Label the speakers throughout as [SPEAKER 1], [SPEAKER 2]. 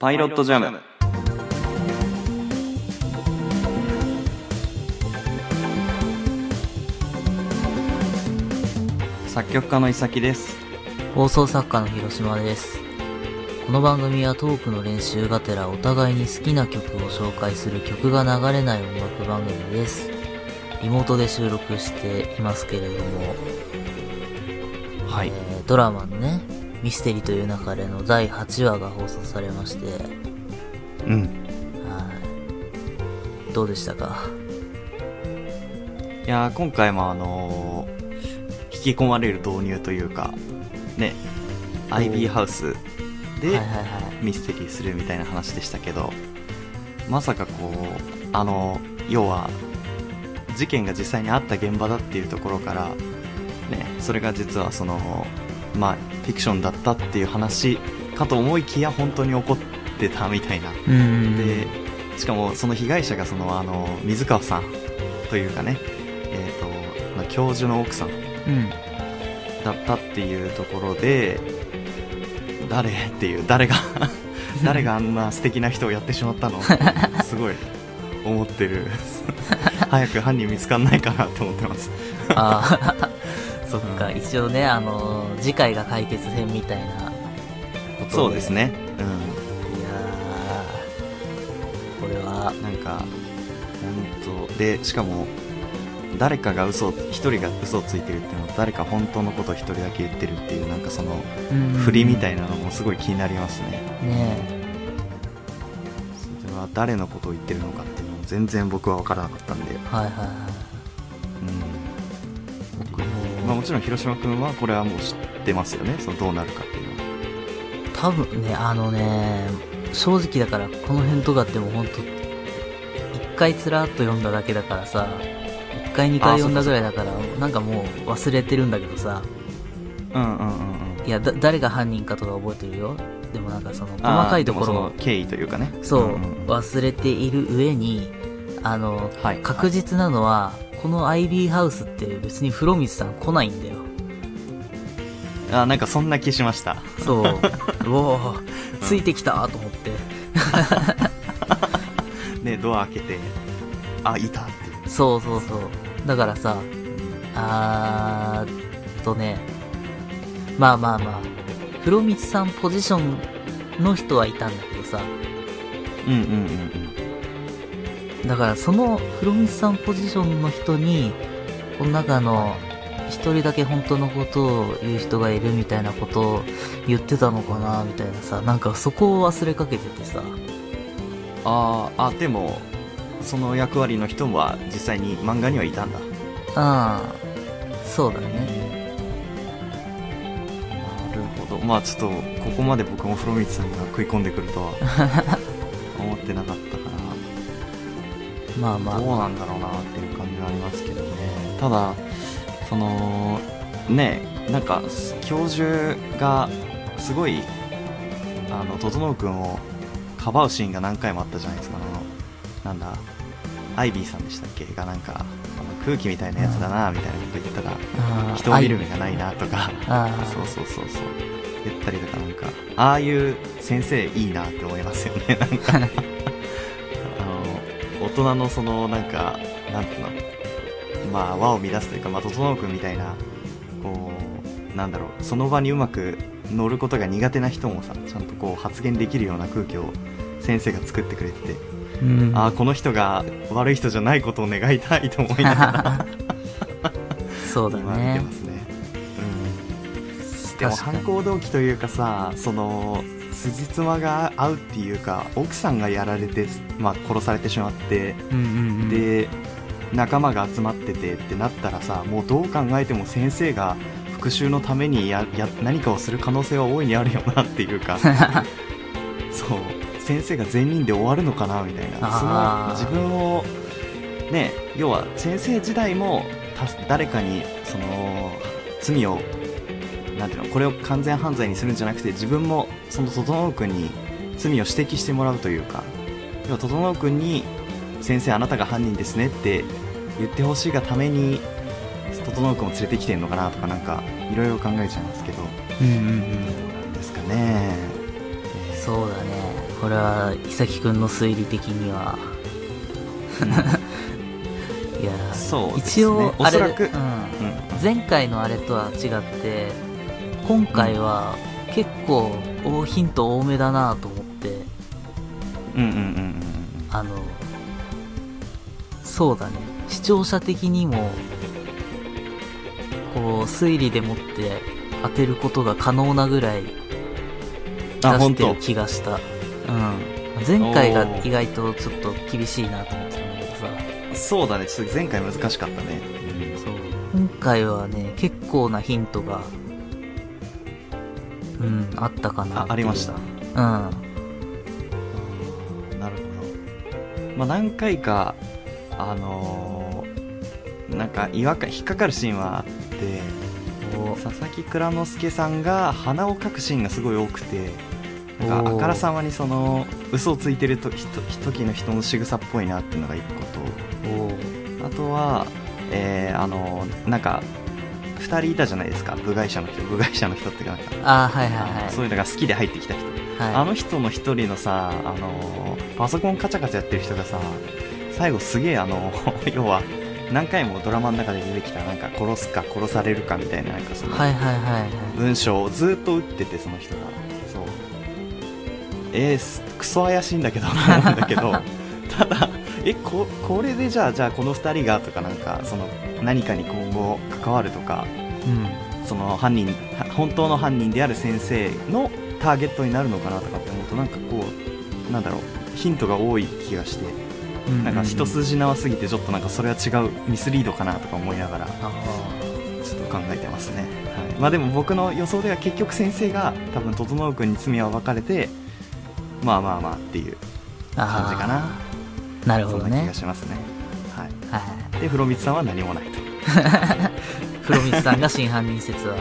[SPEAKER 1] パイロットジャム。作曲家のいさきです。
[SPEAKER 2] 放送作家の広島です。この番組はトークの練習がてらお互いに好きな曲を紹介する曲が流れない音楽番組です。リモートで収録していますけれども、
[SPEAKER 1] は
[SPEAKER 2] え
[SPEAKER 1] い。
[SPEAKER 2] ードラマのね、ミステリという中での第8話が放送されまして、
[SPEAKER 1] うん。
[SPEAKER 2] はい。どうでしたか
[SPEAKER 1] いやー、今回もあのー引き込まれる導入というか、ね、
[SPEAKER 2] おー
[SPEAKER 1] アイビーハウス
[SPEAKER 2] はい
[SPEAKER 1] で
[SPEAKER 2] はいはい。
[SPEAKER 1] ミステリーするみたいな話でしたけど、まさかこう、あのー要は、事件が実際にあった現場だっていうところから、ね、それが実はその、まあ、フィクションだったっていう話かと思いきや本当に起こってたみたいな
[SPEAKER 2] うん
[SPEAKER 1] でしかもその被害者がそのあの水川さんというかね、えー、とまあ教授の奥さん
[SPEAKER 2] うん。
[SPEAKER 1] だったっていうところで誰っていう誰が誰があんな素敵な人をやってしまったのっていうすごい思ってる早く犯人見つかんないかなと思ってます
[SPEAKER 2] あ あ、そっか、一応ね、あのー次回が解決編みたいなこと
[SPEAKER 1] そうです。ね
[SPEAKER 2] いやー、これは
[SPEAKER 1] う、んなんか本当でしかも誰かが嘘を一人が嘘をついてるっていうのは誰か本当のことを一人だけ言ってるっていうなんかその振りみたいなのもすごい気になりますね。
[SPEAKER 2] ね
[SPEAKER 1] それは誰のことを言ってるのかっていうのも全然僕は分からなかったんで、
[SPEAKER 2] え、はいはいは
[SPEAKER 1] うん
[SPEAKER 2] 僕も。
[SPEAKER 1] まあ、もちろん広島君はこれはもう知ってますよねそのどうなるかっていうのはい
[SPEAKER 2] 多分ね、あのね、正直だから、この辺とかってもうほんと、一回つらっと読んだだけだからさ、一回二回読んだぐらいだから、なんかもう忘れてるんだけどさ、
[SPEAKER 1] うんうんうんうん
[SPEAKER 2] いや、だ、誰が犯人かとか覚えてるよ。でもなんかその、細
[SPEAKER 1] あー
[SPEAKER 2] かいとこ
[SPEAKER 1] で
[SPEAKER 2] ろ
[SPEAKER 1] もその経緯というかね
[SPEAKER 2] そう、
[SPEAKER 1] んん
[SPEAKER 2] 忘れている上に、あの、
[SPEAKER 1] はい
[SPEAKER 2] 確実なのは、このアイビーハウスって別に風呂光さん来ないんだよ。
[SPEAKER 1] あーなんかそんな気しました
[SPEAKER 2] そう。うおーついてきたと思って。
[SPEAKER 1] ねドア開けてあいたっていう
[SPEAKER 2] そうそうそう。だからさ、あーっとね、まあまあまあ、風呂光さんポジションの人はいたんだけどさ、
[SPEAKER 1] うんうんうん
[SPEAKER 2] だからその風呂光さんポジションの人に、この中の一人だけ本当のことを言う人がいるみたいなことを言ってたのかなみたいなさ、なんかそこを忘れかけててさ、
[SPEAKER 1] あーあでもその役割の人は実際に漫画にはいたんだ
[SPEAKER 2] ああ、そうだね。
[SPEAKER 1] なるほどまあちょっとここまで僕も風呂光さんが食い込んでくるとは 思ってなかったから
[SPEAKER 2] まあま
[SPEAKER 1] どう
[SPEAKER 2] あ、
[SPEAKER 1] なんだろうなっていう感じはありますけどねただそのねなんか教授がすごいあの整君をかばうシーンが何回もあったじゃないですかあのなんだアイビーさんでしたっけがなんかあの空気みたいなやつだなみたいなこと言ったら
[SPEAKER 2] あー
[SPEAKER 1] 人を見る目がないなとか
[SPEAKER 2] あ
[SPEAKER 1] そうそうそうそう言ったりとかなんかああいう先生いいなって思いますよねなん かあの大人のそのなんかなんていうのまあ和を乱すというかまあ整君みたいなこうなんだろうその場にうまく乗ることが苦手な人もさちゃんとこう発言できるような空気を先生が作ってくれてて、
[SPEAKER 2] うん
[SPEAKER 1] ああこの人が悪い人じゃないことを願いたいと思いながら
[SPEAKER 2] そうだ
[SPEAKER 1] 今見て
[SPEAKER 2] ね
[SPEAKER 1] ますね、うんでも
[SPEAKER 2] 確か
[SPEAKER 1] 犯
[SPEAKER 2] に
[SPEAKER 1] 行動機というかさその辻褄が合うっていうか奥さんがやられて、まあ、殺されてしまって、
[SPEAKER 2] うんうんうん
[SPEAKER 1] で仲間が集まっててってなったらさもうどう考えても先生が復讐のためにやや何かをする可能性は大いにあるよなっていう かそう先生が善人で終わるのかなみたいな
[SPEAKER 2] あー
[SPEAKER 1] その自分をね要は先生自体もた誰かにその罪をなんていうのこれを完全犯罪にするんじゃなくて自分もその整君に罪を指摘してもらうというか要は整君に先生あなたが犯人ですねって言ってほしいがために整君を連れてきてんのかなとかなんかいろいろ考えちゃいますけどど
[SPEAKER 2] うんうんうん
[SPEAKER 1] うなんですかね
[SPEAKER 2] そうだねこれは伊崎くんの推理的には いやー
[SPEAKER 1] そうですね
[SPEAKER 2] 一応あれ
[SPEAKER 1] おそらく
[SPEAKER 2] うん
[SPEAKER 1] うん
[SPEAKER 2] 前回のあれとは違って今回は結構おヒント多めだなと思って
[SPEAKER 1] うんうんうんうん
[SPEAKER 2] あのそうだね視聴者的にもこう推理でもって当てることが可能なぐらい出
[SPEAKER 1] あ本
[SPEAKER 2] して
[SPEAKER 1] 当
[SPEAKER 2] る気がしたうん前回が意外とちょっと厳しいなと思ってたんだけどさ
[SPEAKER 1] そうだねちょっと前回難しかったね、
[SPEAKER 2] そう今回はね結構なヒントがうんあったかな
[SPEAKER 1] あありました
[SPEAKER 2] たうん
[SPEAKER 1] なるほどまあ何回かあのーなんか違和感引っかかるシーンはあって
[SPEAKER 2] お
[SPEAKER 1] 佐々木蔵之介さんが鼻を描くシーンがすごい多くてなんか
[SPEAKER 2] おー
[SPEAKER 1] あからさまにその嘘をついてるとひとひと時の人の仕草っぽいなっていうのが一個と
[SPEAKER 2] お
[SPEAKER 1] あとは、えーあのなんか2人いたじゃないですか部外者の人部外者の人っていうかなんか、
[SPEAKER 2] あはいはいはい
[SPEAKER 1] そういうのが好きで入ってきた人
[SPEAKER 2] はい
[SPEAKER 1] あの人の一人のさ、あのーパソコンカチャカチャやってる人がさ、最後すげえあの、 要は、何回もドラマの中で出てきた、なんか殺すか殺されるかみたいな、なんかその、
[SPEAKER 2] はいはいはいはい
[SPEAKER 1] 文章をずっと打ってて、その人が。そう。えーす、クソ怪しいんだけど、なんだけ ど、ただ、え、こ、これでじゃあ、じゃあこの二人がとかなんか、その、何かに今後関わるとか、
[SPEAKER 2] うん
[SPEAKER 1] その犯人は本当の犯人である先生のターゲットになるのかなとかって思うとなんかこうなんだろうヒントが多い気がして
[SPEAKER 2] うんうん
[SPEAKER 1] なんか一筋縄すぎてちょっとなんかそれは違うミスリードかなとか思いながらち
[SPEAKER 2] あー
[SPEAKER 1] ょっと考えてますね、はい、まあでも僕の予想では結局先生が多分整君に罪は分かれてまあまあまあっていう感じかな
[SPEAKER 2] あーなる
[SPEAKER 1] そ
[SPEAKER 2] ほ
[SPEAKER 1] ん
[SPEAKER 2] ど
[SPEAKER 1] な気
[SPEAKER 2] ね
[SPEAKER 1] がしますねはい
[SPEAKER 2] はい
[SPEAKER 1] で風呂光さんは何もないと
[SPEAKER 2] 黒光さんが真犯人説は伊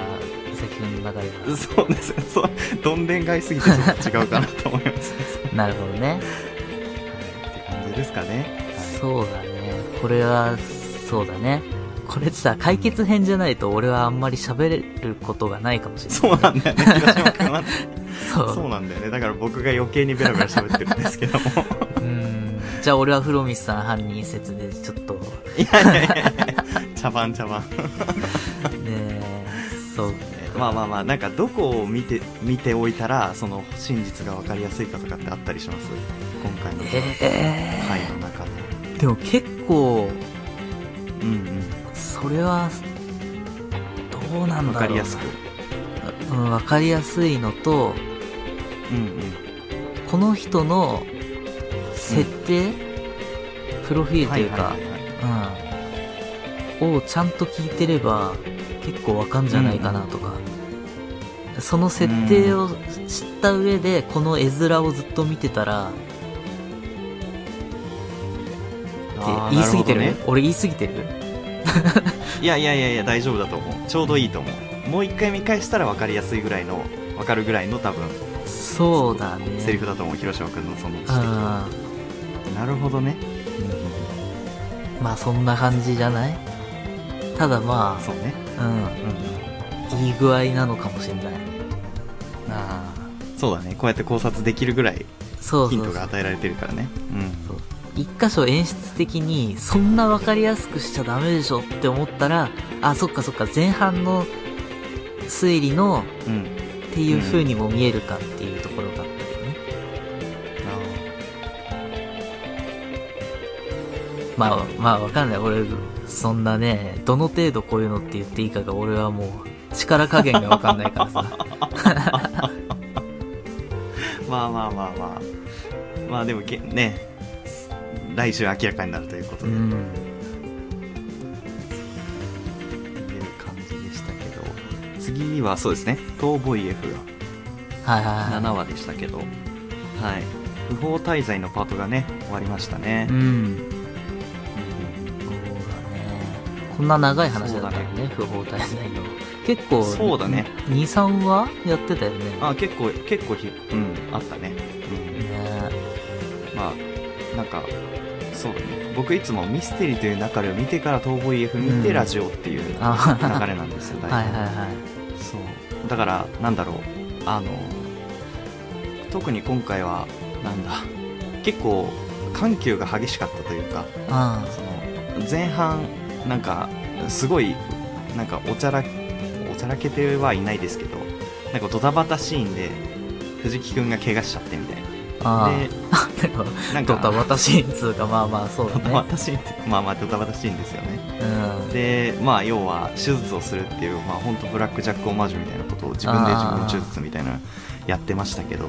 [SPEAKER 2] 崎君の中で は
[SPEAKER 1] そうですねそうどんでん買いすぎてちょっと違うかなと思いますね
[SPEAKER 2] なるほどね
[SPEAKER 1] って感じですかね。
[SPEAKER 2] そうだね。これは、そうだね。これさ、解決編じゃないと俺はあんまり喋れることがないかもしれない。
[SPEAKER 1] そうなんだよね。広島君は
[SPEAKER 2] そ
[SPEAKER 1] そう
[SPEAKER 2] う。
[SPEAKER 1] なんだよね。だから僕が余計にベラベラ喋ってるんですけども。
[SPEAKER 2] うん。じゃあ俺はフロミスさん犯人説で、ちょっと、ね
[SPEAKER 1] いやいやいやいや茶番茶番。
[SPEAKER 2] え、そう。
[SPEAKER 1] まあまあまあ、なんかどこを見て、見ておいたら、その真実がわかりやすいかとかってあったりします今回の
[SPEAKER 2] え
[SPEAKER 1] 回の中で。
[SPEAKER 2] えでも結構、
[SPEAKER 1] うん
[SPEAKER 2] それは、どうな
[SPEAKER 1] うん。わ
[SPEAKER 2] んだろうな。
[SPEAKER 1] かりやすく。
[SPEAKER 2] うん、わかりやすいのと、
[SPEAKER 1] うん
[SPEAKER 2] この人の設定、プロフィ
[SPEAKER 1] う
[SPEAKER 2] ー
[SPEAKER 1] ん。
[SPEAKER 2] ルというか、
[SPEAKER 1] いはい。
[SPEAKER 2] うん、をちゃんと聞いてれば結構わかんじゃないかなとか、その設定を知った上でこの絵面をずっと見てたら、っ
[SPEAKER 1] あ
[SPEAKER 2] て
[SPEAKER 1] ー
[SPEAKER 2] 言い過ぎてる
[SPEAKER 1] なほどね
[SPEAKER 2] 俺言い過ぎてる
[SPEAKER 1] いやいやいやいや、大丈夫だと思う。ちょうどいいと思う。もう一回見返したらわかりやすいぐらいの、わかるぐらいの多分、
[SPEAKER 2] そうだね
[SPEAKER 1] セリフだと思う。広島君のその指
[SPEAKER 2] うん
[SPEAKER 1] 摘は。なるほどね。
[SPEAKER 2] まあそんな感じじゃないただま
[SPEAKER 1] そうね。
[SPEAKER 2] あ、
[SPEAKER 1] うん。
[SPEAKER 2] うん、いい具合なのかもしれない
[SPEAKER 1] ああ。そうだね。こうやって考察できるぐらい
[SPEAKER 2] そう
[SPEAKER 1] ヒ
[SPEAKER 2] そ
[SPEAKER 1] ン
[SPEAKER 2] う
[SPEAKER 1] ト
[SPEAKER 2] そう
[SPEAKER 1] が与えられてるからね。うん。
[SPEAKER 2] そう一箇所演出的にそんな分かりやすくしちゃダメでしょって思ったらあそっかそっか前半の推理の
[SPEAKER 1] うん。
[SPEAKER 2] っていう風にも見えるかっていうところがあったけどね、まあまあわかんない俺そんなねどの程度こういうのって言っていいかが俺はもう力加減がわかんないからさ
[SPEAKER 1] まあまあまあまあ。まあでもげ、ね。来週明らかになると いうこと
[SPEAKER 2] う
[SPEAKER 1] で。
[SPEAKER 2] ん
[SPEAKER 1] っていう感じでしたけど。次はそうですね。トーボイエフ
[SPEAKER 2] はいはい
[SPEAKER 1] が7
[SPEAKER 2] は
[SPEAKER 1] 話でしたけど。はい。不法滞在のパートがね、終わりましたね
[SPEAKER 2] い。うんそうだねこんな長い話だったよね不法滞在の結構
[SPEAKER 1] そうだね
[SPEAKER 2] 23話やってたよね
[SPEAKER 1] あ、結構、結構ひ、うん、あったね。うん。
[SPEAKER 2] ね
[SPEAKER 1] まあなんかそうだね僕いつもミステリーという流れを見てから逃亡 EF 見
[SPEAKER 2] う
[SPEAKER 1] て
[SPEAKER 2] ん
[SPEAKER 1] ラジオっていう流れ
[SPEAKER 2] あ
[SPEAKER 1] なんですよ、
[SPEAKER 2] は
[SPEAKER 1] 大
[SPEAKER 2] いはい
[SPEAKER 1] 体
[SPEAKER 2] はい。
[SPEAKER 1] そうだからなんだろうあの特に今回はなんだ結構緩急が激しかったというか
[SPEAKER 2] あ
[SPEAKER 1] その前半なんかすごいなんかおちゃらおちゃらけてはいないですけどなんかドタバタシーンで藤木くんが怪我しちゃってみたい
[SPEAKER 2] あ、あ
[SPEAKER 1] なで
[SPEAKER 2] あ。なんか、
[SPEAKER 1] なん
[SPEAKER 2] ド
[SPEAKER 1] か
[SPEAKER 2] タバタシーンつうか、まあまあ、そうだ
[SPEAKER 1] ドタ
[SPEAKER 2] ね
[SPEAKER 1] バ。タシーンって まあまあドタバタシーンですよね
[SPEAKER 2] うん。
[SPEAKER 1] でまあ要は手術をするっていうまあ本当ブラックジャックオマージュみたいなことを自分で自分の手術みたいなのやってましたけど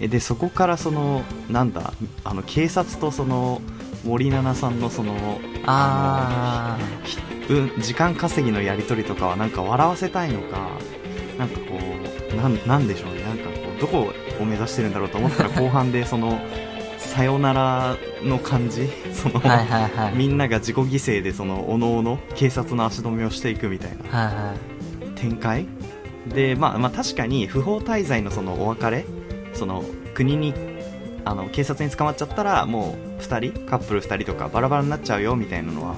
[SPEAKER 1] えでそこからそのなんだあの警察とその森七菜さんのその
[SPEAKER 2] ああ。
[SPEAKER 1] ひうん時間稼ぎのやり取りとかはなんか笑わせたいのかなんかこうなんなんでしょうねなんかこうどこを目指してるんだろうと思 ったら後半でそのさよならの感じその、
[SPEAKER 2] はいはいはい。
[SPEAKER 1] みんなが自己犠牲でそのおのおの警察の足止めをしていくみたいな
[SPEAKER 2] はいはい。
[SPEAKER 1] 展開で、まあ、まあ確かに不法滞在のそのお別れその国にあの警察に捕まっちゃったらもう2人カップル2人とかバラバラになっちゃうよみたいなのは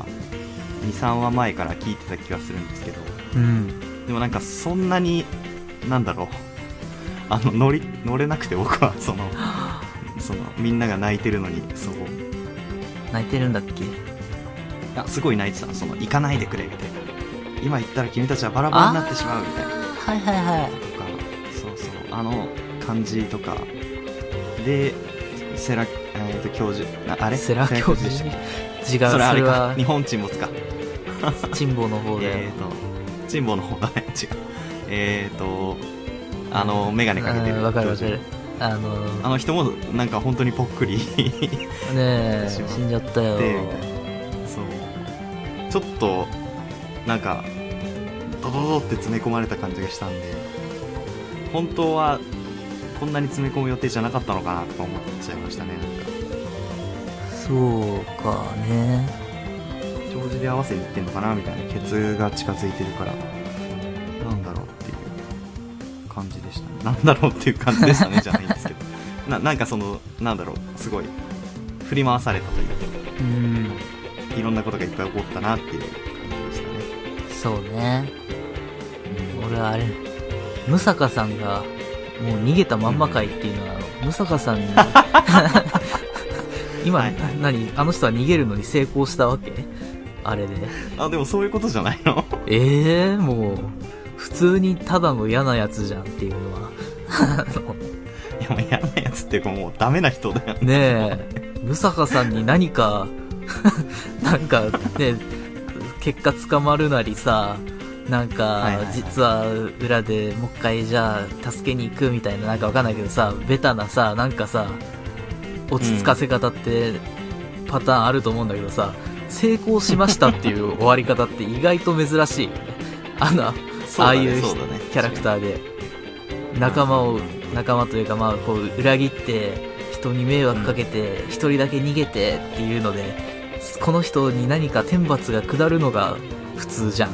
[SPEAKER 1] 23話前から聞いてた気がするんですけど
[SPEAKER 2] うん。
[SPEAKER 1] でもなんかそんなになんだろうあの乗り乗れなくて僕はそのそのみんなが泣いてるのにそう
[SPEAKER 2] 泣いてるんだっけ
[SPEAKER 1] あすごい泣いてたのその行かないでくれみたいな今行ったら君たちはバラバラになってしまうみたいな
[SPEAKER 2] はいはいはい。
[SPEAKER 1] とかそうそうあの感じとかでセラ、えー、と教授なあれ
[SPEAKER 2] セラ教授
[SPEAKER 1] で したっけ
[SPEAKER 2] 違う、それ
[SPEAKER 1] それあれか
[SPEAKER 2] は
[SPEAKER 1] 日、本沈没か
[SPEAKER 2] 辛抱の方
[SPEAKER 1] えっ、
[SPEAKER 2] で。
[SPEAKER 1] と沈没の方がね違うえっ、とあの眼鏡かけて
[SPEAKER 2] う
[SPEAKER 1] る
[SPEAKER 2] んわかるわか
[SPEAKER 1] 教
[SPEAKER 2] る
[SPEAKER 1] 授。
[SPEAKER 2] あの
[SPEAKER 1] あの人もなんか本当にぽっくり
[SPEAKER 2] ねえ、
[SPEAKER 1] しまって
[SPEAKER 2] 死んじゃったよ。
[SPEAKER 1] でみたいそうちょっとなんかドドドって詰め込まれた感じがしたんで本当はこんなに詰め込む予定じゃなかったのかなとか思っちゃいましたねなんか
[SPEAKER 2] そうかね。
[SPEAKER 1] 帳尻合わせにいってんのかなみたいなケツが近づいてるからなんだろうっていう感じでしたねなんだろうっていう感じでしたねじゃないんですけどななんかそのなんだろうすごい振り回されたという
[SPEAKER 2] うん、
[SPEAKER 1] かいろんなことがいっぱい起こったなっていう感じでしたね
[SPEAKER 2] そうね。俺はあれ、ムサカさんが、もう逃げたまんまかいっていうのは、ムサカ さんに、今、
[SPEAKER 1] はい
[SPEAKER 2] な何あの人は逃げるのに成功したわけあれで。
[SPEAKER 1] あでもそういうことじゃないの
[SPEAKER 2] ええもう、普通にただの嫌なやつじゃんっていうのは。
[SPEAKER 1] いやもう嫌なやつっていうかもうダメな人だよ
[SPEAKER 2] ねえ、ムサカさんに何か、 なんかね、結果捕まるなりさ、な
[SPEAKER 1] はい
[SPEAKER 2] ん
[SPEAKER 1] はい
[SPEAKER 2] か
[SPEAKER 1] は、い
[SPEAKER 2] 実は裏でもう一回じゃあ助けに行くみたいな、なんかわかんないけどさ、ベタなさ、なんかさ、落ち着かせ方ってパターンあると思うんだけどさ、成功しましたっていう終わり方って意外と珍しいよね。あの、
[SPEAKER 1] そう
[SPEAKER 2] あ
[SPEAKER 1] だ
[SPEAKER 2] あい
[SPEAKER 1] ね
[SPEAKER 2] う
[SPEAKER 1] そうだね
[SPEAKER 2] キャラクターで仲間を仲間というかまあこう裏切って人に迷惑かけて一人だけ逃げてっていうのでこの人に何か天罰が下るのが普通じゃん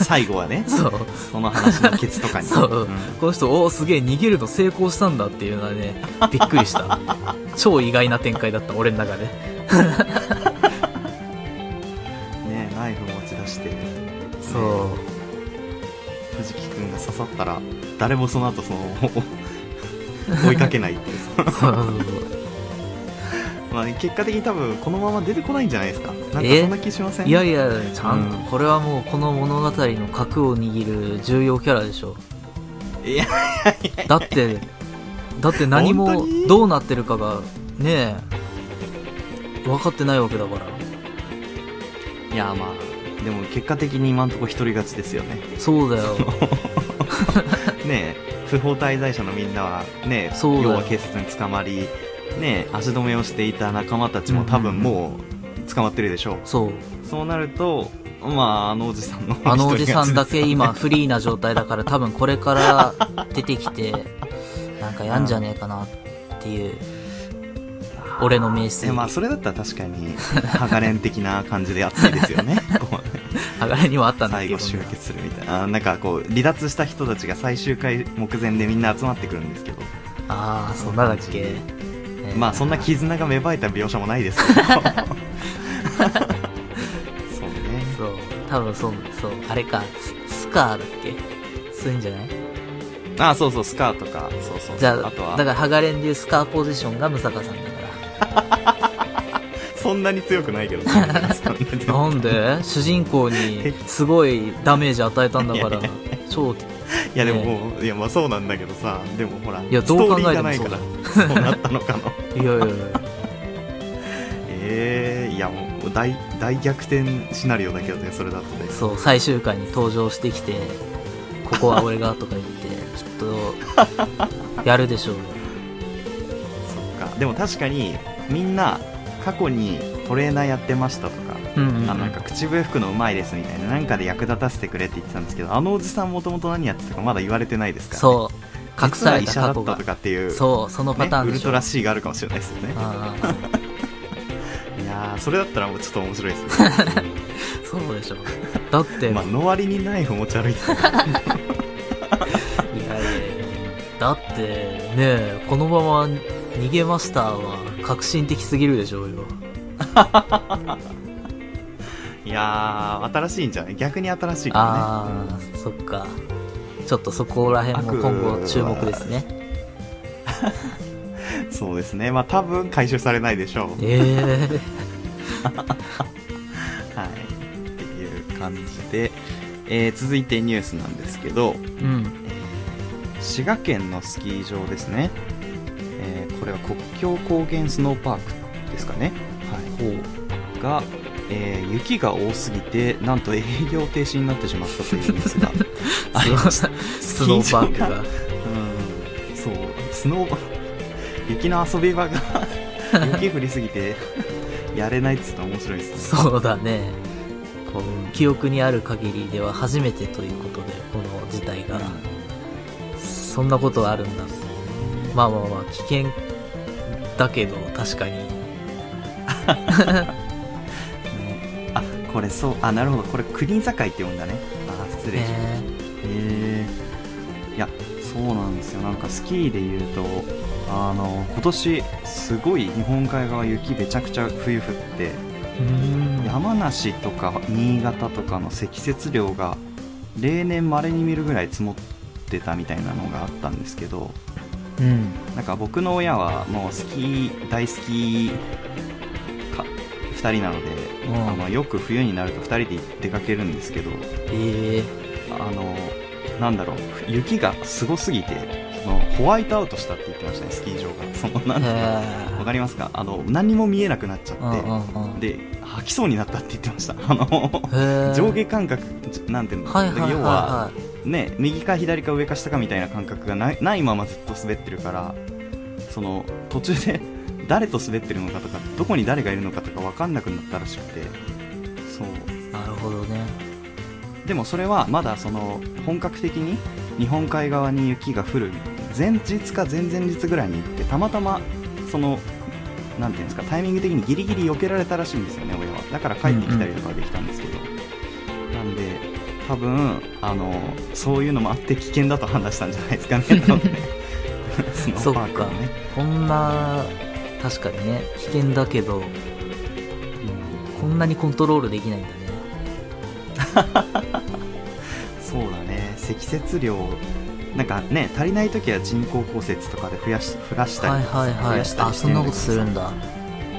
[SPEAKER 1] 最後は ね
[SPEAKER 2] そう
[SPEAKER 1] その話のケツとかに
[SPEAKER 2] そう、
[SPEAKER 1] ん
[SPEAKER 2] この人おおすげえ逃げるの成功したんだっていうのはねびっくりした 超意外な展開だった俺の中で
[SPEAKER 1] ねナイフ持ち出して
[SPEAKER 2] そう
[SPEAKER 1] 藤木くんが刺さったら誰もその後その 追いかけないっていう
[SPEAKER 2] そうそうそう
[SPEAKER 1] まあ結果的に多分このまま出てこないんじゃないですかなんか
[SPEAKER 2] え
[SPEAKER 1] そんな気しません
[SPEAKER 2] いやいやちゃんと
[SPEAKER 1] うん
[SPEAKER 2] これはもうこの物語の核を握る重要キャラでしょ
[SPEAKER 1] いやい
[SPEAKER 2] だって、だって何
[SPEAKER 1] 本
[SPEAKER 2] も
[SPEAKER 1] 当に
[SPEAKER 2] どうなってるかが、ねえ、分かってないわけだから。
[SPEAKER 1] いやまあでも結果的に今んとこ一人勝ちですよね
[SPEAKER 2] そうだ よ。
[SPEAKER 1] ねえ不法滞在者のみんなはねえ
[SPEAKER 2] そうだよ
[SPEAKER 1] 要は警察に捕まりねえ足止めをしていた仲間たちも多分もう捕まってるでしょう、
[SPEAKER 2] そう。
[SPEAKER 1] そうなるとまああのおじさんの
[SPEAKER 2] あのおじさんだけ
[SPEAKER 1] 一人勝ちですかね
[SPEAKER 2] 今フリーな状態だから多分これから出てきて、なんかやんじゃねえかなっていう、俺の名
[SPEAKER 1] え
[SPEAKER 2] 刺。
[SPEAKER 1] まあそれだったら確かにハガレン的な感じで熱いですよ ねこうね
[SPEAKER 2] あがれにもあったんだ
[SPEAKER 1] 最
[SPEAKER 2] けど
[SPEAKER 1] 後
[SPEAKER 2] ね。
[SPEAKER 1] 集結するみたいなあなんかこう離脱した人たちが最終回目前でみんな集まってくるんですけど、
[SPEAKER 2] ああ、そんなだっけ。ねえ
[SPEAKER 1] まあそんな絆が芽生えた描写もないです けどそうね
[SPEAKER 2] そう。多分そう、そう。あれか、ススカーだっけそういうんじゃない
[SPEAKER 1] あそうそうスカーとかそうそう
[SPEAKER 2] じゃあ
[SPEAKER 1] あとは
[SPEAKER 2] だからハガレンでいうスカーポジションがムサカさんだか
[SPEAKER 1] そんなに強くないけどそん なに
[SPEAKER 2] らなんで主人公にすごいダメージ与えたんだから 超
[SPEAKER 1] いやでももういやまあそうなんだけどさでもほら
[SPEAKER 2] いや
[SPEAKER 1] ス
[SPEAKER 2] ど
[SPEAKER 1] ト
[SPEAKER 2] う
[SPEAKER 1] ー
[SPEAKER 2] 考
[SPEAKER 1] リーが
[SPEAKER 2] えても
[SPEAKER 1] ない
[SPEAKER 2] そ
[SPEAKER 1] か
[SPEAKER 2] う
[SPEAKER 1] ら
[SPEAKER 2] だ
[SPEAKER 1] そうなったのかの
[SPEAKER 2] いやいやいや
[SPEAKER 1] ええいやもう大大逆転シナリオだけどねそれだとね
[SPEAKER 2] そう最終回に登場してきてここは俺がとか言ってきっとやるでしょう
[SPEAKER 1] そっかでも確かにみんな過去にトレーナーやってましたとか
[SPEAKER 2] うんうん、うん、
[SPEAKER 1] あなんか口笛吹くのうまいですみたいななんかで役立たせてくれって言ってたんですけどあのおじさんもともと何やってたかまだ言われてないですから、ね、
[SPEAKER 2] そう隠された
[SPEAKER 1] 実は
[SPEAKER 2] 過
[SPEAKER 1] 医者だ
[SPEAKER 2] 去
[SPEAKER 1] った
[SPEAKER 2] が
[SPEAKER 1] とかっていう
[SPEAKER 2] そうそのパターン
[SPEAKER 1] ね、ウ
[SPEAKER 2] で
[SPEAKER 1] ル
[SPEAKER 2] しょ、
[SPEAKER 1] トラ C があるかもしれないですよね
[SPEAKER 2] あー
[SPEAKER 1] いやーそれだったらもうちょっと面白いですよ、
[SPEAKER 2] そう でしょだって、
[SPEAKER 1] ね、まあの割にナイフ持ち歩いて たから
[SPEAKER 2] いやいやいやだってねえこのまま逃げましたは革新的すぎるでしょうよ
[SPEAKER 1] いやー新しいんじゃない逆に新しいかも
[SPEAKER 2] あ
[SPEAKER 1] ね
[SPEAKER 2] あ、そっかちょっとそこら辺も今後注目ですね
[SPEAKER 1] うんそうですねまあ多分回収されないでしょう
[SPEAKER 2] え
[SPEAKER 1] は
[SPEAKER 2] え
[SPEAKER 1] いっていう感じで、えー続いてニュースなんですけど
[SPEAKER 2] うん
[SPEAKER 1] 滋賀県のスキー場ですね、えーこれは国境高原スノーパークですかね、は
[SPEAKER 2] ほう
[SPEAKER 1] い、が、えー雪が多すぎてなんと営業停止になってしまったというニュースがあ りました
[SPEAKER 2] スノーパークが
[SPEAKER 1] うんそうスノー雪の遊び場 が雪降りすぎてやれないっつうのは面白いですね
[SPEAKER 2] そうだ ねこう記憶にある限りでは初めてということでこの事態が、そんなことあるんだってまあまあまあ危険だけど確かに
[SPEAKER 1] ねあこれそうあなるほどこれ国境って呼んだねあ失礼しました
[SPEAKER 2] ね
[SPEAKER 1] へえいやそうなんですよなんかスキーで言うとあの今年すごい日本海側雪めちゃくちゃ冬降って
[SPEAKER 2] うん
[SPEAKER 1] 山梨とか新潟とかの積雪量が例年まれに見るぐらい積もってたみたいなのがあったんですけど
[SPEAKER 2] うん
[SPEAKER 1] なんか僕の親はもうスキー大好きか2人なので、
[SPEAKER 2] うん
[SPEAKER 1] あのよく冬になると2人で出かけるんですけど
[SPEAKER 2] ええ
[SPEAKER 1] あのなんだろう雪がすごすぎてそのホワイトアウトしたって言ってましたねスキー場がそのなんていうのわ
[SPEAKER 2] へえ
[SPEAKER 1] かりますかあの何も見えなくなっちゃ
[SPEAKER 2] うんう
[SPEAKER 1] っ
[SPEAKER 2] んうん
[SPEAKER 1] てで吐きそうになったって言ってましたあの
[SPEAKER 2] へえ
[SPEAKER 1] 上下感覚じなんていうの、
[SPEAKER 2] はいはいはい
[SPEAKER 1] 要は
[SPEAKER 2] は
[SPEAKER 1] ね右か左か上か下かみたいな感覚がないないままずっと滑ってるからその途中で 誰と滑ってるのかとかどこに誰がいるのかとか分かんなくなったらしくてそう
[SPEAKER 2] いなるほどね
[SPEAKER 1] でもそれはまだその本格的に日本海側に雪が降る前日か前々日ぐらいに行ってたまたまそのなんていうんですかタイミング的にギリギリ避けられたらしいんですよね親はだから帰ってきたりとかはできたんですけど、なんで多分あのそういうのもあって危険だと判断したんじゃないですかねなのでスノーパークはね
[SPEAKER 2] こんな確かにね危険だけど
[SPEAKER 1] うん
[SPEAKER 2] こんなにコントロールできないんだね
[SPEAKER 1] そうだね積雪量なんかね足りない時は人工降雪とかで増やし降らした
[SPEAKER 2] はい
[SPEAKER 1] りとか
[SPEAKER 2] はいは
[SPEAKER 1] 増
[SPEAKER 2] い
[SPEAKER 1] やしたり
[SPEAKER 2] あ
[SPEAKER 1] して
[SPEAKER 2] そ
[SPEAKER 1] ん
[SPEAKER 2] ん
[SPEAKER 1] だ
[SPEAKER 2] な
[SPEAKER 1] け
[SPEAKER 2] こ
[SPEAKER 1] ど
[SPEAKER 2] と
[SPEAKER 1] さ
[SPEAKER 2] するんだ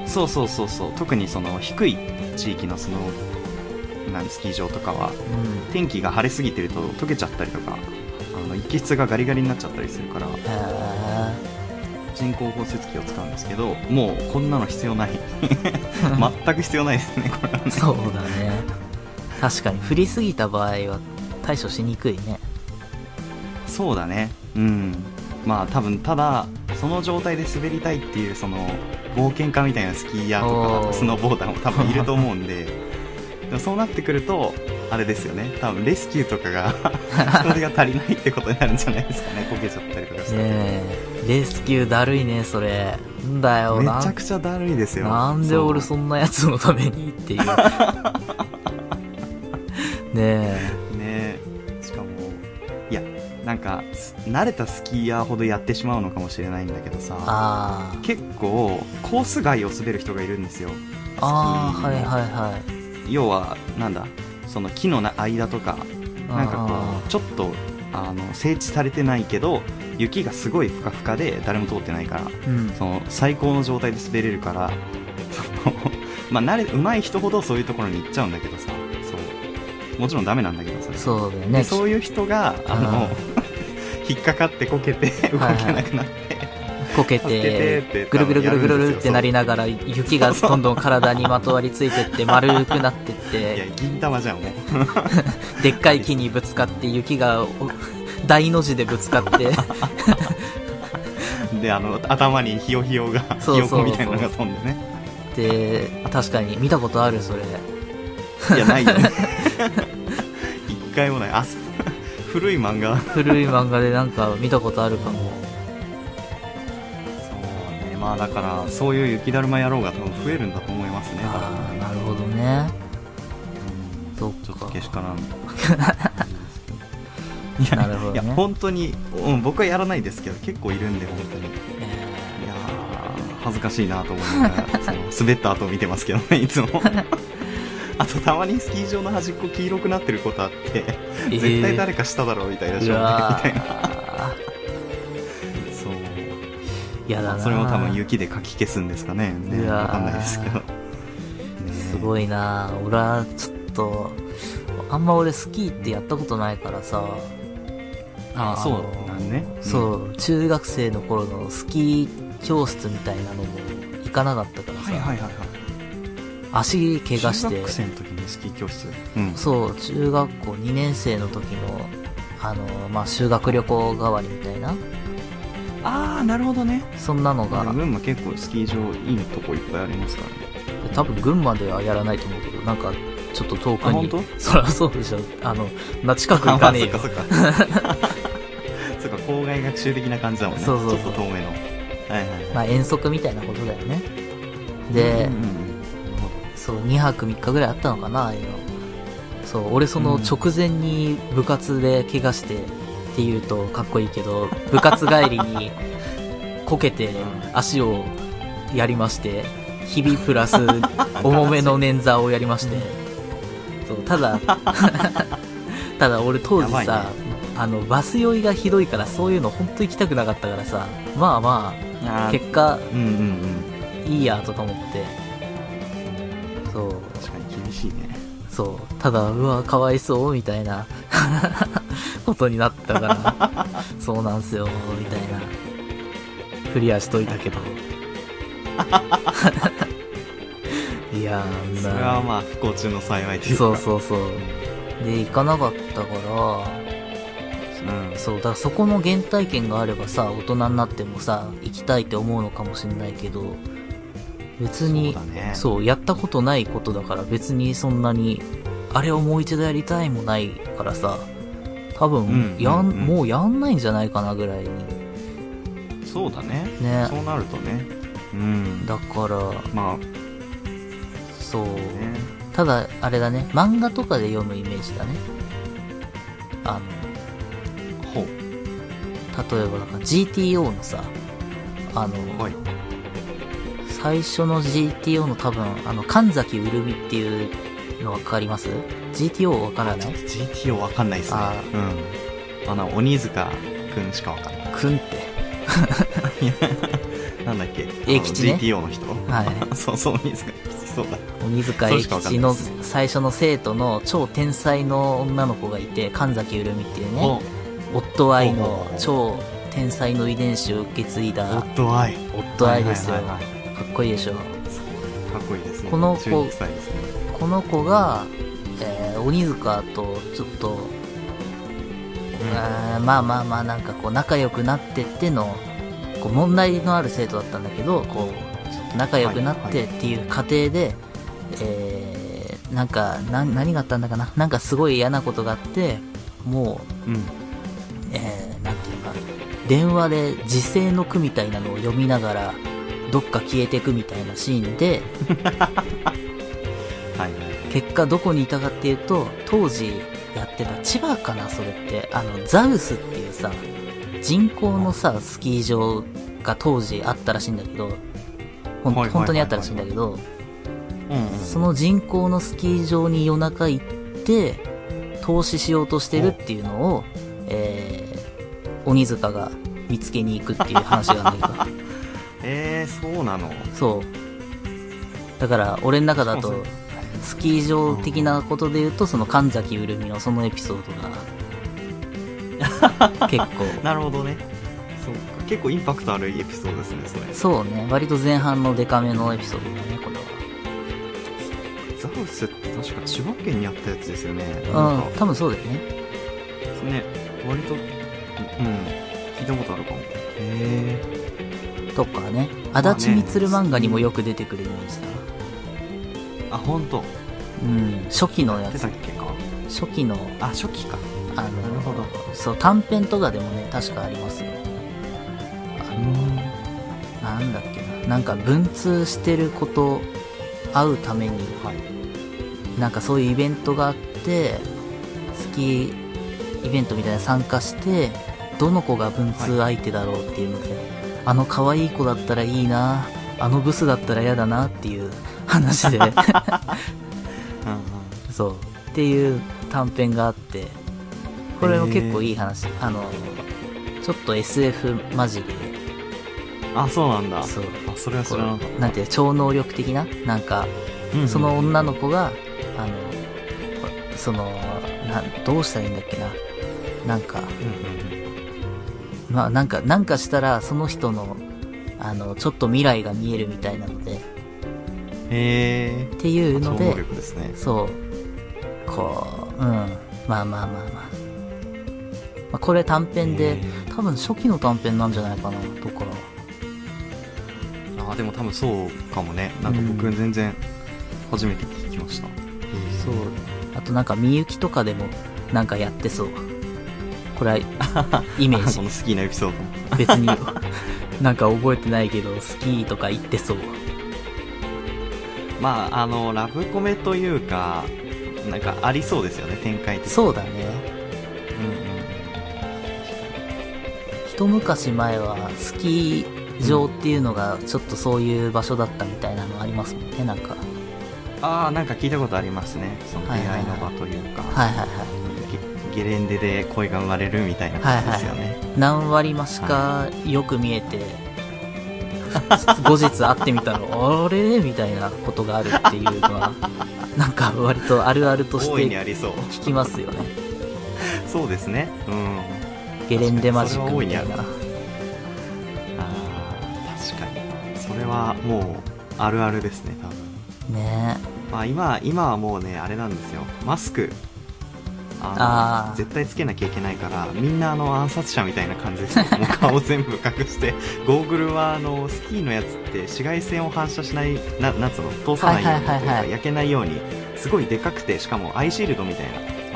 [SPEAKER 1] そうそうそうそう特にその低い地域のそのなんスキー場とかは
[SPEAKER 2] うん
[SPEAKER 1] 天気が晴れすぎてると溶けちゃったりとかあの雪質がガリガリになっちゃったりするから
[SPEAKER 2] へえ
[SPEAKER 1] 人工降雪機を使うんですけどもうこんなの必要ない 全く必要ないですねこれはね
[SPEAKER 2] そうだね。確かに、降りすぎた場合は対処しにくいね。
[SPEAKER 1] そうだねうんまあ多分ただその状態で滑りたいっていうその冒険家みたいなスキーヤーと
[SPEAKER 2] お
[SPEAKER 1] か
[SPEAKER 2] ー
[SPEAKER 1] スノーボーダーも多分いると思うん ででもそうなってくるとあれですよね多分レスキューとかが 人手が足りないってことになるんじゃないですかねこけちゃったりとかして、
[SPEAKER 2] ねえ、レスキューだるいね、それ。んだよ、
[SPEAKER 1] め
[SPEAKER 2] な
[SPEAKER 1] ちゃ
[SPEAKER 2] ん
[SPEAKER 1] くちゃだるいですよ
[SPEAKER 2] なんで俺
[SPEAKER 1] そ
[SPEAKER 2] そんなやつのために っていう。ね
[SPEAKER 1] うねしかもいやなんかす慣れたスキーヤーほどやってしまうのかもしれないんだけどさ
[SPEAKER 2] あ
[SPEAKER 1] 結構コース外を滑る人がいるんですよ
[SPEAKER 2] あ。ああ、はいはいはい。
[SPEAKER 1] 要はなんだその木のな間とかなんかこうちょっとあの整地されてないけど雪がすごいふかふかで誰も通ってないから
[SPEAKER 2] うん
[SPEAKER 1] その最高の状態で滑れるからその まあ慣れ上手い人ほどそういうところに行っちゃうんだけどさそうもちろんダメなんだけどさ
[SPEAKER 2] そうだよ
[SPEAKER 1] で
[SPEAKER 2] ね
[SPEAKER 1] そういう人があの
[SPEAKER 2] あ
[SPEAKER 1] 引っかかってこけて動け
[SPEAKER 2] はい
[SPEAKER 1] なくなって
[SPEAKER 2] こけ
[SPEAKER 1] こけて
[SPEAKER 2] て
[SPEAKER 1] って
[SPEAKER 2] ぐるぐるぐるぐるぐるってなり
[SPEAKER 1] な
[SPEAKER 2] ながら雪がどんどん体にまとわりついてって丸くなってっ
[SPEAKER 1] いや
[SPEAKER 2] て
[SPEAKER 1] 銀玉じゃんもう
[SPEAKER 2] でっかい木にぶつかって雪がお大の字でぶつかって
[SPEAKER 1] であの頭にひよひよが
[SPEAKER 2] そう
[SPEAKER 1] ひよ
[SPEAKER 2] そ
[SPEAKER 1] こ
[SPEAKER 2] う
[SPEAKER 1] みたいなのが飛んでね
[SPEAKER 2] で確かに見たことあるそれ
[SPEAKER 1] いやないよ ね一回もないあそう 古い漫画
[SPEAKER 2] 古い漫画でなんか見たことあるかも
[SPEAKER 1] そうねまあだからそういう雪だるま野郎が多分増えるんだと思いますね多分
[SPEAKER 2] ああなるほどねそっ
[SPEAKER 1] ちょっと
[SPEAKER 2] か
[SPEAKER 1] けしからん
[SPEAKER 2] なるほど
[SPEAKER 1] いや
[SPEAKER 2] ね
[SPEAKER 1] 本当に、うん、僕はやらないですけど結構いるんで本当にい
[SPEAKER 2] え
[SPEAKER 1] やー恥ずかしいなと思いながらその 滑った後見てますけどねいつも あとたまにスキー場の端っこ黄色くなってることあって
[SPEAKER 2] ー
[SPEAKER 1] 絶対誰かしただろうみたいな
[SPEAKER 2] う
[SPEAKER 1] 照明み
[SPEAKER 2] わ
[SPEAKER 1] たいな
[SPEAKER 2] ー
[SPEAKER 1] そう
[SPEAKER 2] やだな
[SPEAKER 1] それも多分雪でかき消すんですかねね
[SPEAKER 2] うわー
[SPEAKER 1] わかんないですけど、ね
[SPEAKER 2] すごいな俺はちょっとあんま俺スキーってやったことないからさ
[SPEAKER 1] あ
[SPEAKER 2] あ
[SPEAKER 1] そ
[SPEAKER 2] の
[SPEAKER 1] うなんね
[SPEAKER 2] そう、中学生の頃のスキー教室みたいなのも行かなかったからさ、
[SPEAKER 1] はいはいはいはい
[SPEAKER 2] 足怪我し
[SPEAKER 1] 中
[SPEAKER 2] て
[SPEAKER 1] 学生の時にスキー教室うん
[SPEAKER 2] そう中学校2年生の時のあのまあ修学旅行代わりみたいな
[SPEAKER 1] ああなるほどね
[SPEAKER 2] そんなのが
[SPEAKER 1] 群馬結構スキー場いいとこいっぱいありますからね
[SPEAKER 2] 多分群馬ではやらないと思うけどなんかちょっと遠く
[SPEAKER 1] あ本
[SPEAKER 2] に
[SPEAKER 1] 当
[SPEAKER 2] そりゃそうでしょあのな近く
[SPEAKER 1] あ
[SPEAKER 2] 行
[SPEAKER 1] ま
[SPEAKER 2] か
[SPEAKER 1] あ
[SPEAKER 2] ね
[SPEAKER 1] そ
[SPEAKER 2] え
[SPEAKER 1] っか
[SPEAKER 2] よ
[SPEAKER 1] そっか そっか校外学習的な感じだもんね
[SPEAKER 2] そうそうそう
[SPEAKER 1] ちょっと遠めのはいはいは
[SPEAKER 2] まあ遠足みたいなことだよねで、
[SPEAKER 1] いうんうん
[SPEAKER 2] そう2泊3日ぐらいあったのかなああいうのそう俺その直前に部活で怪我してっていうとかっこいいけど部活帰りにこけて足をやりまして日々プラス重めの捻挫をやりましてそうただ ただ俺当
[SPEAKER 1] や
[SPEAKER 2] 時
[SPEAKER 1] ば
[SPEAKER 2] さ、あのバス酔いがひどいからそういうの本当行きたくなかったからさまあま
[SPEAKER 1] あ
[SPEAKER 2] あ
[SPEAKER 1] ー
[SPEAKER 2] 結果
[SPEAKER 1] うんうんうん
[SPEAKER 2] いいやとか思ってそう
[SPEAKER 1] 確かに厳しいね
[SPEAKER 2] そう。ただ、うわ、かわいそう、みたいな、 ことになったから、そうなんすよ、みたいな。クリアしといたけど。 いやー、
[SPEAKER 1] それ
[SPEAKER 2] な
[SPEAKER 1] はまあ不幸中の幸いというか
[SPEAKER 2] そうそうそう。で、行かなかったから、
[SPEAKER 1] うん
[SPEAKER 2] そう、だからそこの原体験があればさ、大人になってもさ、行きたいって思うのかもしれないけど、別
[SPEAKER 1] そ
[SPEAKER 2] に、
[SPEAKER 1] うだね
[SPEAKER 2] そう、やったことないことだから別にそんなに、あれをもう一度やりたいもないからさ、多分、
[SPEAKER 1] うん
[SPEAKER 2] やん、
[SPEAKER 1] うんうん
[SPEAKER 2] もうやんないんじゃないかなぐらいに。
[SPEAKER 1] そうだね
[SPEAKER 2] ね
[SPEAKER 1] そうなるとねうん
[SPEAKER 2] だから、
[SPEAKER 1] まあね
[SPEAKER 2] そう。ただ、あれだね、漫画とかで読むイメージだね。あ
[SPEAKER 1] ほう
[SPEAKER 2] の、例えばなんか GTO のさ、あの、
[SPEAKER 1] はい
[SPEAKER 2] 最初の GTO の多分、あの、神崎うるみっていうのわかります ?GTO わからない
[SPEAKER 1] GTO わかんないですね
[SPEAKER 2] あ
[SPEAKER 1] うんあの鬼塚くんしかわかんない
[SPEAKER 2] くんって。
[SPEAKER 1] なんだっけ
[SPEAKER 2] 英吉ね
[SPEAKER 1] あの GTO の人
[SPEAKER 2] は
[SPEAKER 1] そうそう鬼塚吉そうだ
[SPEAKER 2] 鬼塚
[SPEAKER 1] そう
[SPEAKER 2] 英
[SPEAKER 1] しかわかん
[SPEAKER 2] 吉
[SPEAKER 1] ない
[SPEAKER 2] の
[SPEAKER 1] ですね
[SPEAKER 2] 最初の生徒の超天才の女の子がいて、神崎うるみっていうね、
[SPEAKER 1] お
[SPEAKER 2] 夫愛の
[SPEAKER 1] お
[SPEAKER 2] 超天才の遺伝子を受け継い
[SPEAKER 1] お
[SPEAKER 2] だ
[SPEAKER 1] っと愛
[SPEAKER 2] 夫愛ですよ。
[SPEAKER 1] はい
[SPEAKER 2] か
[SPEAKER 1] はいはいは
[SPEAKER 2] っこいいでしょ。
[SPEAKER 1] いかっこいいですね
[SPEAKER 2] この子
[SPEAKER 1] 12歳ですね
[SPEAKER 2] この子が、えー鬼塚とちょっと、あーまあまあまあなんかこう仲良くなってっての、こう問題のある生徒だったんだけど、こう、ちょっと仲良くなってっていう過程で、えー、なんか、な、何があったんだかななんかすごい嫌なことがあって、もう、
[SPEAKER 1] うん
[SPEAKER 2] えー、なんていうか、電話で時勢の句みたいなのを読みながら、どっか消えてくみたいなシーンで、
[SPEAKER 1] はいはい
[SPEAKER 2] 結果どこにいたかっていうと当時やってた千葉かなそれってあのザウスっていうさ人工のさスキー場が当時あったらしいんだけどほん
[SPEAKER 1] はいはいはいはい
[SPEAKER 2] 本当にあったらしいんだけど
[SPEAKER 1] うんうん
[SPEAKER 2] その人工のスキー場に夜中行って投資しようとしてるっていうのを、え鬼塚が見つけに行くっていう話があるんだけど
[SPEAKER 1] えー、そうなの
[SPEAKER 2] そうだから俺の中だ
[SPEAKER 1] そう
[SPEAKER 2] と
[SPEAKER 1] そ
[SPEAKER 2] スキー場的なことで言うとその神崎うるみのそのエピソー ドが結構
[SPEAKER 1] なるほどねそうか結構インパクトあるエピソードですねそれ
[SPEAKER 2] そうね割と前半のデカめのエピソードだねこれ
[SPEAKER 1] ザウスって確か千葉県にあったやつですよねなん
[SPEAKER 2] は
[SPEAKER 1] か
[SPEAKER 2] うん多分そうだよね
[SPEAKER 1] ね割とうん聞いたことあるかもへえ
[SPEAKER 2] とかね足立みつる漫画にもよく出てくるイメージだな
[SPEAKER 1] ー、あ本当
[SPEAKER 2] うん初期のや
[SPEAKER 1] 出
[SPEAKER 2] つ
[SPEAKER 1] たっけか
[SPEAKER 2] 初期の
[SPEAKER 1] あ初期か
[SPEAKER 2] あの
[SPEAKER 1] なるほど
[SPEAKER 2] そう短編とかでもね確かありますよあのなんだっけななんか文通してる子と会うためになんかそういうイベントがあってスキーイベントみたいなの参加してどの子が文通相手だろうっていうので、あの可愛い子だったらいいなあのブスだったら嫌だなっていう話で
[SPEAKER 1] うんうん
[SPEAKER 2] そうっていう短編があってこれも結構いい話、あのちょっと SF 混じりで
[SPEAKER 1] あそうなんだ
[SPEAKER 2] そう
[SPEAKER 1] あそれは知
[SPEAKER 2] こ
[SPEAKER 1] らなかっ
[SPEAKER 2] うなんていう超能力的ななんか
[SPEAKER 1] た、うん
[SPEAKER 2] その女の子があのそのなんどうしたらいいんだっけななんか
[SPEAKER 1] うんうんうん
[SPEAKER 2] まあなんかなんかしたらその人のあのちょっと未来が見えるみたいなのでっ
[SPEAKER 1] へえ
[SPEAKER 2] ていう
[SPEAKER 1] 超
[SPEAKER 2] の
[SPEAKER 1] 能
[SPEAKER 2] で
[SPEAKER 1] 力ですね
[SPEAKER 2] そうこううんまあまあまあまあ、まあ、これ短編
[SPEAKER 1] へ
[SPEAKER 2] で
[SPEAKER 1] ー
[SPEAKER 2] 多分初期の短編なんじゃないかなとか
[SPEAKER 1] あでも多分そうかもねなんか
[SPEAKER 2] う
[SPEAKER 1] 僕
[SPEAKER 2] ん
[SPEAKER 1] 全然初めて聞きました、
[SPEAKER 2] そうあとなんかみゆきとかでもなんかやってそうこれは イメー
[SPEAKER 1] あ
[SPEAKER 2] ジ
[SPEAKER 1] その好きなエピソードも
[SPEAKER 2] 別 になんか覚えてないけどスキーとか行ってそう
[SPEAKER 1] まああのラブコメというかなんかありそうですよね展開的に
[SPEAKER 2] そうだね一昔前はスキー場っていうのがちょっとそういう場所だったみたいなのありますもんねなんかはい
[SPEAKER 1] ああなんか聞いたことありますねその出
[SPEAKER 2] はいはいは
[SPEAKER 1] 会
[SPEAKER 2] い
[SPEAKER 1] いの場というか、
[SPEAKER 2] はいはい
[SPEAKER 1] ゲゲレンデで恋が生まれるみたいな感じですよね、
[SPEAKER 2] 何割増しかよく見えて、 後日会ってみたらあれみたいなことがあるっていうの はなんか割とあるあるとし
[SPEAKER 1] 大いにあ
[SPEAKER 2] て
[SPEAKER 1] りそう
[SPEAKER 2] 聞きますよね
[SPEAKER 1] そうですねうん
[SPEAKER 2] ゲレンデマジックみたい
[SPEAKER 1] それは
[SPEAKER 2] な
[SPEAKER 1] あー確かにそれはもうあるあるですね多分
[SPEAKER 2] ね
[SPEAKER 1] まあ今今はもうねあれなんですよマスクあの
[SPEAKER 2] あー
[SPEAKER 1] 絶対つけなきゃいけないからみんなあの暗殺者みたいな感じですよ もう顔全部隠してゴーグルはあのスキーのやつって紫外線を反射しないななんつうの通さないようにと
[SPEAKER 2] はいいうは
[SPEAKER 1] か
[SPEAKER 2] いはいはい
[SPEAKER 1] 焼けないようにすごいでかくてしかもアイシールドみたい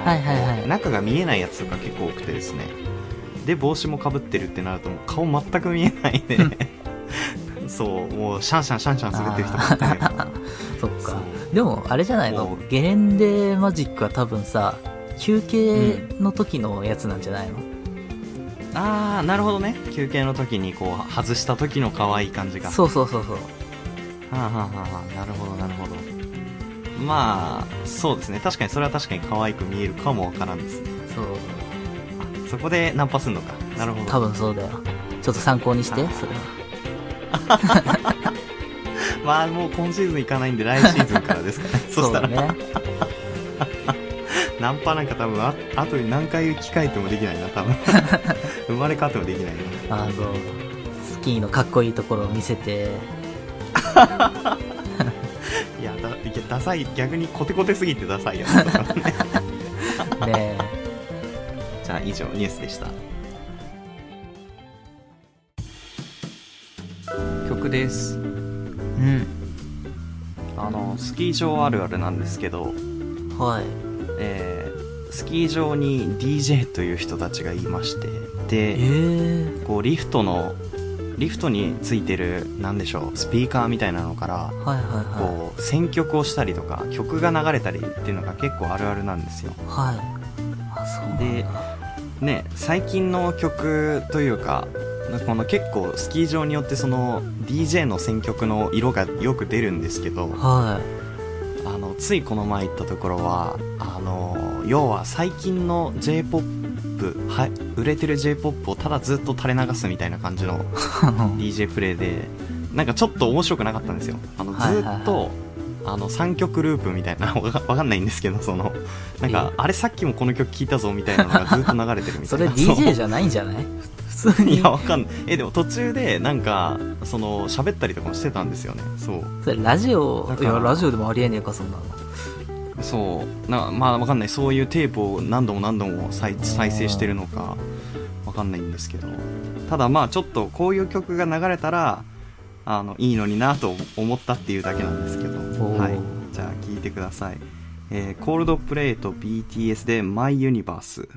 [SPEAKER 1] な、
[SPEAKER 2] はいはいはい
[SPEAKER 1] こう中が見えないやつとか結構多くてですねで帽子もかぶってるってなるともう顔全く見えないで そうもうシャンシャンシャンシャン滑ってる人ばっかりだから
[SPEAKER 2] そっか
[SPEAKER 1] そう
[SPEAKER 2] でもあれじゃない
[SPEAKER 1] も
[SPEAKER 2] の
[SPEAKER 1] う
[SPEAKER 2] ゲレンデマジックは多分さ休憩の時のやつなんじゃないの、
[SPEAKER 1] ああなるほどね休憩の時にこう外した時の可愛い感じが
[SPEAKER 2] そうそうそうそう
[SPEAKER 1] はあ、はあはあはあ、なるほどなるほどまあそうですね確かにそれは確かに可愛く見えるかもわからんですね
[SPEAKER 2] そう
[SPEAKER 1] あそこでナンパすんのかなるほど
[SPEAKER 2] 多分そうだよちょっと参考にして
[SPEAKER 1] あー
[SPEAKER 2] それは
[SPEAKER 1] まあもう今シーズン行かないんで来シーズンからです かねそしたら、
[SPEAKER 2] うだね
[SPEAKER 1] ナンパなんか多分ああとに何回機会ってもできないな 多分生まれ変わってもできないな
[SPEAKER 2] あーそうスキーのかっこいいところを見せ て
[SPEAKER 1] いやだいやダサい逆にコテコテすぎてダサいやつだ からね
[SPEAKER 2] ね
[SPEAKER 1] じゃあ以上ニュースでした曲です
[SPEAKER 2] うん
[SPEAKER 1] あのスキー場あるあるなんですけど、
[SPEAKER 2] はい
[SPEAKER 1] えースキー場に DJ という人たちがいまして
[SPEAKER 2] え
[SPEAKER 1] で
[SPEAKER 2] ー、
[SPEAKER 1] こうリフトのリフトについてるなんでしょうスピーカーみたいなのから
[SPEAKER 2] はいはいは
[SPEAKER 1] こう選曲をしたりとか曲が流れたりっていうのが結構あるあるなんですよ
[SPEAKER 2] いはいあそうなんだ
[SPEAKER 1] でね最近の曲というかこの結構スキー場によってその DJ の選曲の色がよく出るんですけど、
[SPEAKER 2] はい
[SPEAKER 1] あのついこの前行ったところはあの要は最近の j p o プは売れてる j p o p をただずっと垂れ流すみたいな感じの
[SPEAKER 2] あの
[SPEAKER 1] DJ プレイでなんかちょっと面白くなかったんですよあのず
[SPEAKER 2] はいはいはい
[SPEAKER 1] っと、あの3曲ループみたいな わかわかんないんですけどそのなんか
[SPEAKER 2] え
[SPEAKER 1] あれさっきもこの曲聴いたぞみたいなのがずっと流れてるみた
[SPEAKER 2] そ
[SPEAKER 1] い
[SPEAKER 2] れ
[SPEAKER 1] な
[SPEAKER 2] DJ じゃないんじゃない普通
[SPEAKER 1] い
[SPEAKER 2] に
[SPEAKER 1] や、わかんない。え、でも途中で、なんか、その、喋ったりとかもしてたんですよね。そう。
[SPEAKER 2] それラジオ
[SPEAKER 1] だ
[SPEAKER 2] い
[SPEAKER 1] から
[SPEAKER 2] やラジオでもありえねえかそんなの
[SPEAKER 1] そう。なまあ、わかんない。そういうテープを何度も何度も再再生してるのか、わかんないんですけど。ただ、まあ、ちょっと、こういう曲が流れたら、あの、いいのになと思ったっていうだけなんですけど。
[SPEAKER 2] おー
[SPEAKER 1] はい。じゃあ、聞いてください。えー、コールドプレイと BTS で My Universe。